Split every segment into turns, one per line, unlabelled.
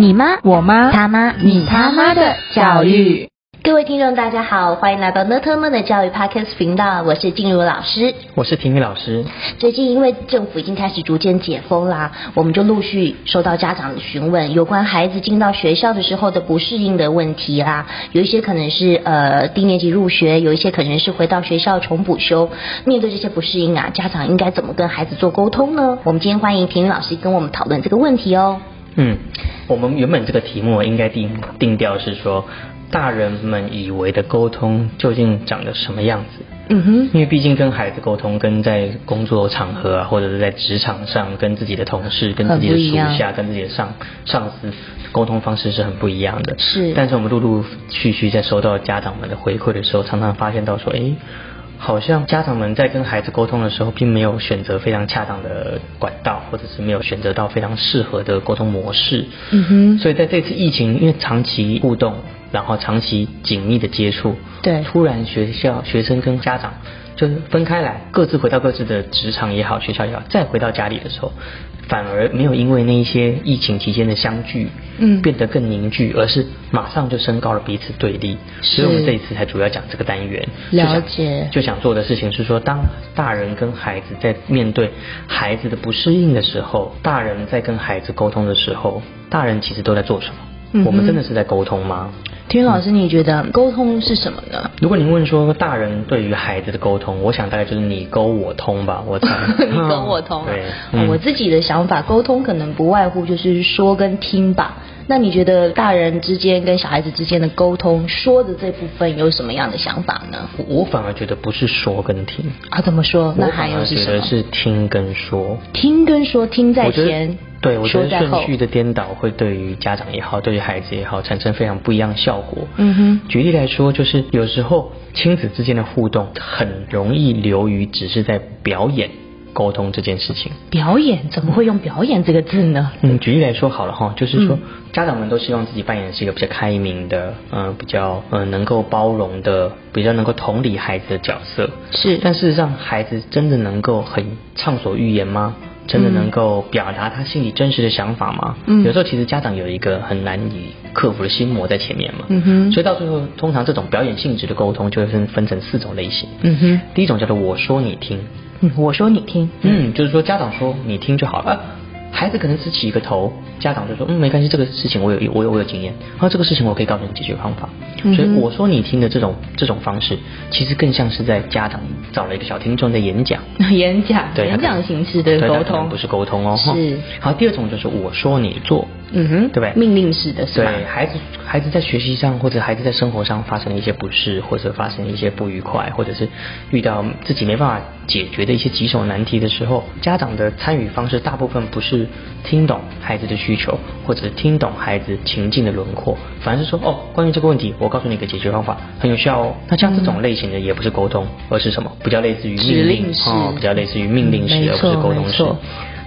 你妈、
我妈、
他妈、
你他妈的教育。
各位听众，大家好，欢迎来到呢特么的教育 Podcast 频道，我是静茹老师。
我是评语老师，
最近因为政府已经开始逐渐解封啦，我们就陆续收到家长的询问，有关孩子进到学校的时候的不适应的问题啦。有一些可能是呃低年级入学，有一些可能是回到学校重补修。面对这些不适应啊，家长应该怎么跟孩子做沟通呢？我们今天欢迎评语老师跟我们讨论这个问题哦。
嗯，我们原本这个题目应该定定调是说，大人们以为的沟通究竟长得什么样子？
嗯哼，
因为毕竟跟孩子沟通，跟在工作场合啊，或者是在职场上，跟自己的同事、跟自己的属
很不一
下、跟自己的上上司沟通方式是很不一样的。
是
但是我们陆陆续续在收到家长们的回馈的时候，常常发现到说，诶，好像家长们在跟孩子沟通的时候，并没有选择非常恰当的管道，或者是没有选择到非常适合的沟通模式。
嗯哼
所以在这次疫情，因为长期互动，然后长期紧密的接触，
对
突然学校学生跟家长就是分开来，各自回到各自的职场也好，学校也好，再回到家里的时候，反而没有因为那一些疫情期间的相聚，
嗯
变得更凝聚，而是马上就升高了彼此对立。所以我们这一次才主要讲这个单元，就想
了解
就想做的事情是说，当大人跟孩子在面对孩子的不适应的时候，大人在跟孩子沟通的时候，大人其实都在做什么？
嗯哼
我们真的是在沟通吗？
体育老师，你觉得沟通是什么呢？
如果您问说大人对于孩子的沟通，我想大概就是你沟我通吧，我猜
你跟我同、
对，
哦
嗯
我自己的想法，沟通可能不外乎就是说跟听吧。那你觉得大人之间跟小孩子之间的沟通，说的这部分有什么样的想法呢？
我我反而觉得不是说跟听，
啊，怎么说？那
我
还
反
有
而
是
觉
什
得
么？
是听跟说。
听跟说，听在
我觉得
前，
对，我觉
说
得
在
顺
后。
序的颠倒会对于家长也好，对于孩子也好，产生非常不一样的效果。
嗯哼
举例来说，就是有时候亲子之间的互动很容易流于只是在表演沟通这件事情。
表演怎么会用表演这个字呢？
嗯，举例来说好了哈，就是说、
嗯
家长们都希望自己扮演的是一个比较开明的，嗯、比较嗯、呃能够包容的，比较能够同理孩子的角色。
是
但事实上，孩子真的能够很畅所欲言吗？真的能够表达他心里真实的想法吗？
嗯
有时候其实家长有一个很难以克服的心魔在前面嘛。
嗯哼
所以到最后，通常这种表演性质的沟通就会分分成四种类型。
嗯哼
第一种叫做我说你听，
嗯，我说你听。
嗯，就是说家长说你听就好了。
啊
孩子可能只起一个头，家长就说嗯没关系，这个事情我有我有我有经验，然后这个事情我可以告诉你解决方法。
嗯哼
所以我说你听的这种这种方式，其实更像是在家长找了一个小听众在演讲，
嗯演讲，
对，
演
他可
讲
能
形式的沟
对他可能
通
不是沟通哦。哈
是，
好，第二种就是我说你做，
嗯哼，
对不对？
命令式的是吧？
对孩子，孩子在学习上或者孩子在生活上发生了一些不适，或者发生一些不愉快，或者是遇到自己没办法解决的一些棘手难题的时候，家长的参与方式大部分不是听懂孩子的需求，或者是听懂孩子情境的轮廓，反而是说哦，关于这个问题，我告诉你一个解决方法，很有效哦。那像这种类型的也不是沟通，而是什么？比较类似于
指
命
令
令
式
哦，比较类似于命令
没
式，而不
错
是沟
没
通式
错。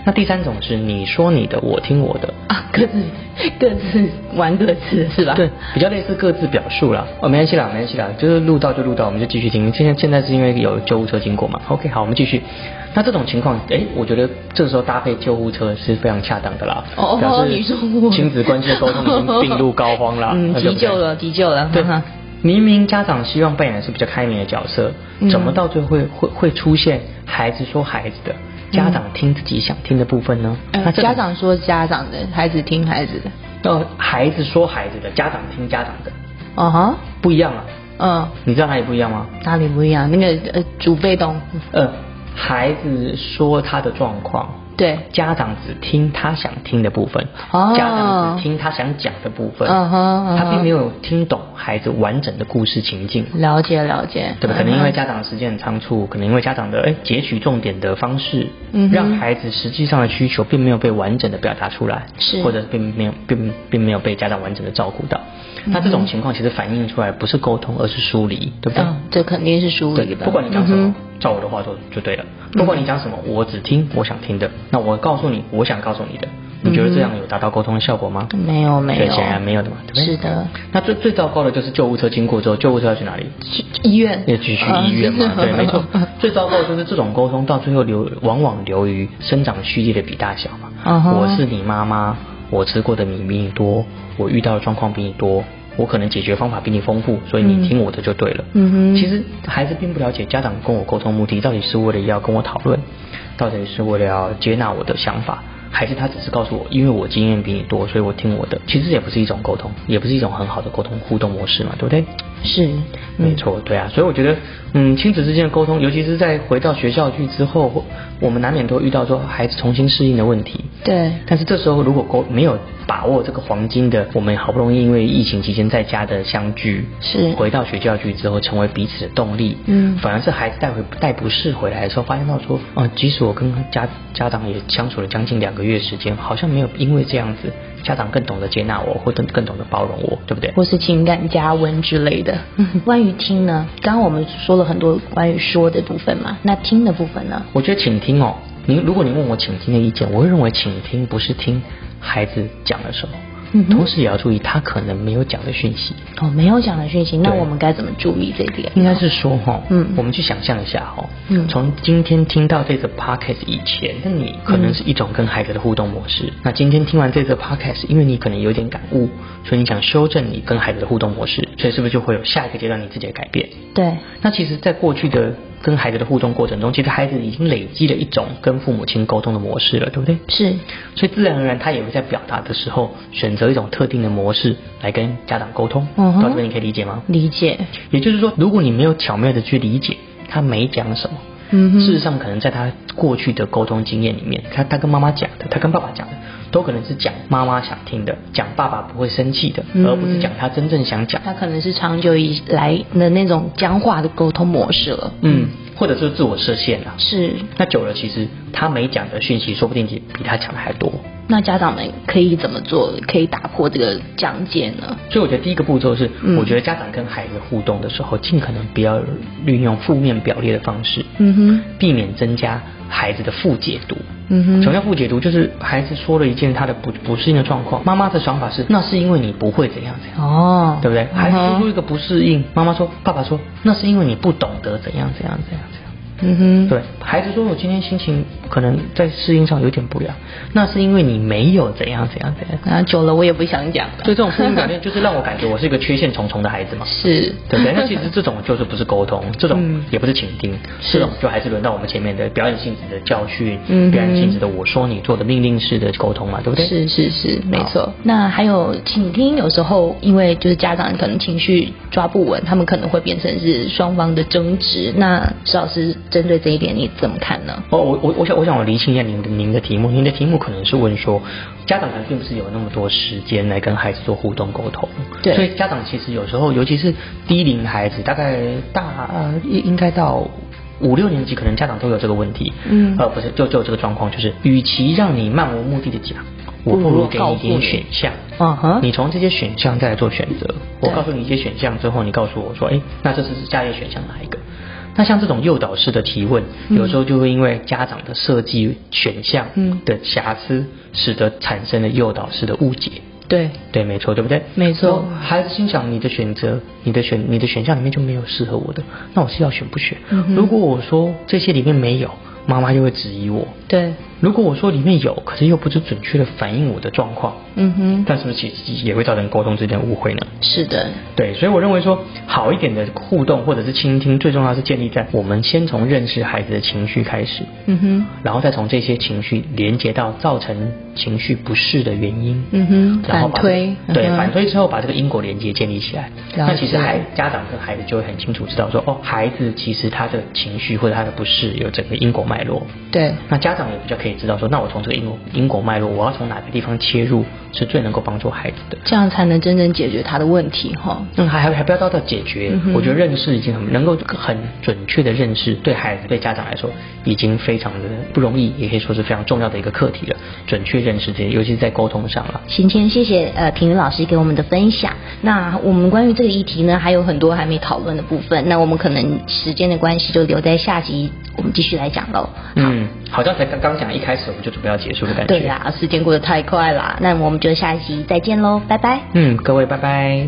那第三种是你说你的，我听我的。
啊，各自各自玩各自的是吧？
对，比较类似各自表述啦。啊哦，没关系啦，没关系啦，就是录到就录到，我们就继续听。现在现在是因为有救护车经过嘛？OK，好，我们继续。那这种情况，哎，我觉得这时候搭配救护车是非常恰当的啦。
哦
表示
你说我
亲子关系的沟通已经病入膏肓 啦，
嗯
对不对
急救了急救了
对
哈哈。
明明家长希望扮演的是比较开明的角色，
嗯
怎么到最后会会会出现孩子说孩子的，家长听自己想听的部分呢？
呃
那这种
嗯家长说家长的，孩子听孩子的。
呃，孩子说孩子的，家长听家长的，
哦哈，
不一样啊。
嗯，
你知道哪里不一样吗？
哪里不一样？那个呃，主被动，
呃，孩子说他的状况，
对，
家长只听他想听的部分，
哦
家长只听他想讲的部分，
嗯哼嗯哼
他并没有听懂孩子完整的故事情境。
了解了解。
对吧？可能因为家长的时间很仓促，可能因为家长的哎截取重点的方式，
嗯哼
让孩子实际上的需求并没有被完整的表达出来，
是
或者并没有并并没有被家长完整的照顾到。
嗯
那这种情况其实反映出来不是沟通，而是疏离，对不对？
嗯，这肯定是疏
对，
离的。
不管你讲什么
嗯，
照我的话做就对了。不管你讲什么，我只听我想听的，那我告诉你我想告诉你的。你觉得这样有达到沟通的效果吗？
嗯哼没有没
对，
有，
显然没有的嘛，对不对？
是的，
那最最糟糕的就是救护车经过之后，救护车要去哪里？
去医院啊哦
要去去医院嘛， 对，没错。最糟糕的就是这种沟通到最后流，往往流于生长序列的比大小嘛。
嗯哼
我是你妈妈，我吃过的米比你多，我遇到的状况比你多，我可能解决方法比你丰富，所以你听我的就对了。
嗯哼
其实孩子并不了解家长跟我沟通目的到底是为了要跟我讨论，到底是为了要接纳我的想法，还是他只是告诉我，因为我经验比你多，所以我听我的。其实也不是一种沟通，也不是一种很好的沟通互动模式嘛，对不对？
是，嗯
没错，对啊，所以我觉得，嗯，亲子之间的沟通，尤其是在回到学校去之后，我我们难免都遇到说孩子重新适应的问题。
对，
但是这时候如果沟没有把握这个黄金的，我们好不容易因为疫情期间在家的相聚，
是
回到学校去之后成为彼此的动力，
嗯
反而是孩子带回带不适回来的时候，发现到说，哦、即使我跟家家长也相处了将近两个月时间，好像没有因为这样子，家长更懂得接纳我，或者更懂得包容我，对不对？
或是情感加温之类 的。
关于听呢，
刚刚我们说了很多关于说的部分嘛，
那听的部分呢？
我觉得倾听哦，您如果您问我倾听的意见，我会认为倾听不是听孩子讲了什么，
嗯哼
同时也要注意他可能没有讲的讯息。
哦，没有讲的讯息，那
对
我们该怎么注意这一点？
应该是说哈、
嗯
我们去想象一下哈、
嗯
从今天听到这个 podcast 以前，那你可能是一种跟孩子的互动模
嗯
式。那今天听完这个 podcast，因为你可能有点感悟，所以你想修正你跟孩子的互动模式，所以是不是就会有下一个阶段你自己的改变？
对，
那其实，在过去的跟孩子的互动过程中，其实孩子已经累积了一种跟父母亲沟通的模式了，对不对？
是，
所以自然而然，他也会在表达的时候选择一种特定的模式来跟家长沟通。
嗯哼
到这边你可以理解吗？
理解
也就是说，如果你没有巧妙的去理解他没讲什么，
嗯哼
事实上可能在他过去的沟通经验里面，他他跟妈妈讲的，他跟爸爸讲的，都可能是讲妈妈想听的，讲爸爸不会生气的，
嗯
而不是讲他真正想讲。
他可能是长久以来的那种僵化的沟通模式了。
嗯，或者是自我设限啊。
是，
那久了，其实他没讲的讯息，说不定也比他讲的还多。
那家长们可以怎么做，可以打破这个疆界呢？
所以我觉得第一个步骤是，
嗯
我觉得家长跟孩子互动的时候，尽可能不要运用负面表列的方式，
嗯哼，
避免增加孩子的负解读。
嗯
什么叫负解读？就是孩子说了一件他的不不适应的状况，妈妈的想法是那是因为你不会怎样怎样，
哦
对不对？孩子
嗯
说出
哼
一个不适应，妈妈说，爸爸说那是因为你不懂得怎样怎样怎样怎样。
嗯哼，
对，孩子说我今天心情可能在适应上有点不良，那是因为你没有怎样怎样怎样。
然后久了我也不想讲了。
所以这种负面表现就是让我感觉我是一个缺陷重重的孩子嘛。
是，
对不对？那其实这种就是不是沟 通，这种也不是倾听，这种就还嗯是轮到我们前面的表演性质的教训，
嗯哼
表演性质的我说你做的命令式的沟通嘛，对不对？
是是是，没
好
错。那还有倾听，有时候因为就是家长可能情绪抓不稳，他们可能会变成是双方的争执。那石老师针对这一点你怎么看呢？
哦，我我我想我想我厘清一下您的您的题目，您的题目可能是问说，家长可能并不是有那么多时间来跟孩子做互动沟通，
对
所以家长其实有时候，尤其是低龄孩子，大概大呃应应该到。五六年级可能家长都有这个问题，
嗯
呃，不是，就就有这个状况，就是与其让你漫无目的的讲，我
不
不
如
如给你
告
一
诉
点
你
选项，
嗯哼
你从这些选项再来做选择。我
对
告诉你一些选项之后，你告诉我说，哎，那这次是下列选项哪一个？那像这种诱导式的提问，有时候就会因为家长的设计选项
嗯
的瑕疵，使得产生了诱导式的误解。
对，
对，没错，对不对？
没错
然后孩子心想，你的选择，你的选，你的选项里面就没有适合我的，那我是要选不选？
嗯
如果我说这些里面没有，妈妈就会质疑我。
对，
如果我说里面有，可是又不是准确的反映我的状况，
嗯哼，
但是不是其实也会造成沟通之间的误会呢？
是的，
对，所以我认为说，好一点的互动或者是倾听，最重要是建立在我们先从认识孩子的情绪开始，
嗯哼，
然后再从这些情绪连接到造成情绪不适的原因，
嗯哼
然后把
反推
对，
嗯哼
反推之后把这个因果连接建立起来。
了
那其实
解
孩家长跟孩子就会很清楚知道说，哦，孩子其实他的情绪或者他的不适有整个因果脉络。
对，
那家长也比较可以知道说，那我从这个因果因果脉络，我要从哪个地方切入是最能够帮助孩子的。
这样才能真正解决他的问题哈。
嗯，还还还不要到到解决，
嗯哼
我觉得认识已经很能够很准确的认识，对孩子对家长来说已经非常的不容易，也可以说是非常重要的一个课题了。准确认识这些，尤其是在沟通上了。
今天谢谢呃婷婷老师给我们的分享。那我们关于这个议题呢，还有很多还没讨论的部分，那我们可能时间的关系就留在下集我们继续来讲喽。
嗯，好像才刚刚讲一开始我们就准备要结束的感觉。
对啊，时间过得太快啦，那我们就下一集再见喽，拜拜。
嗯，各位拜拜。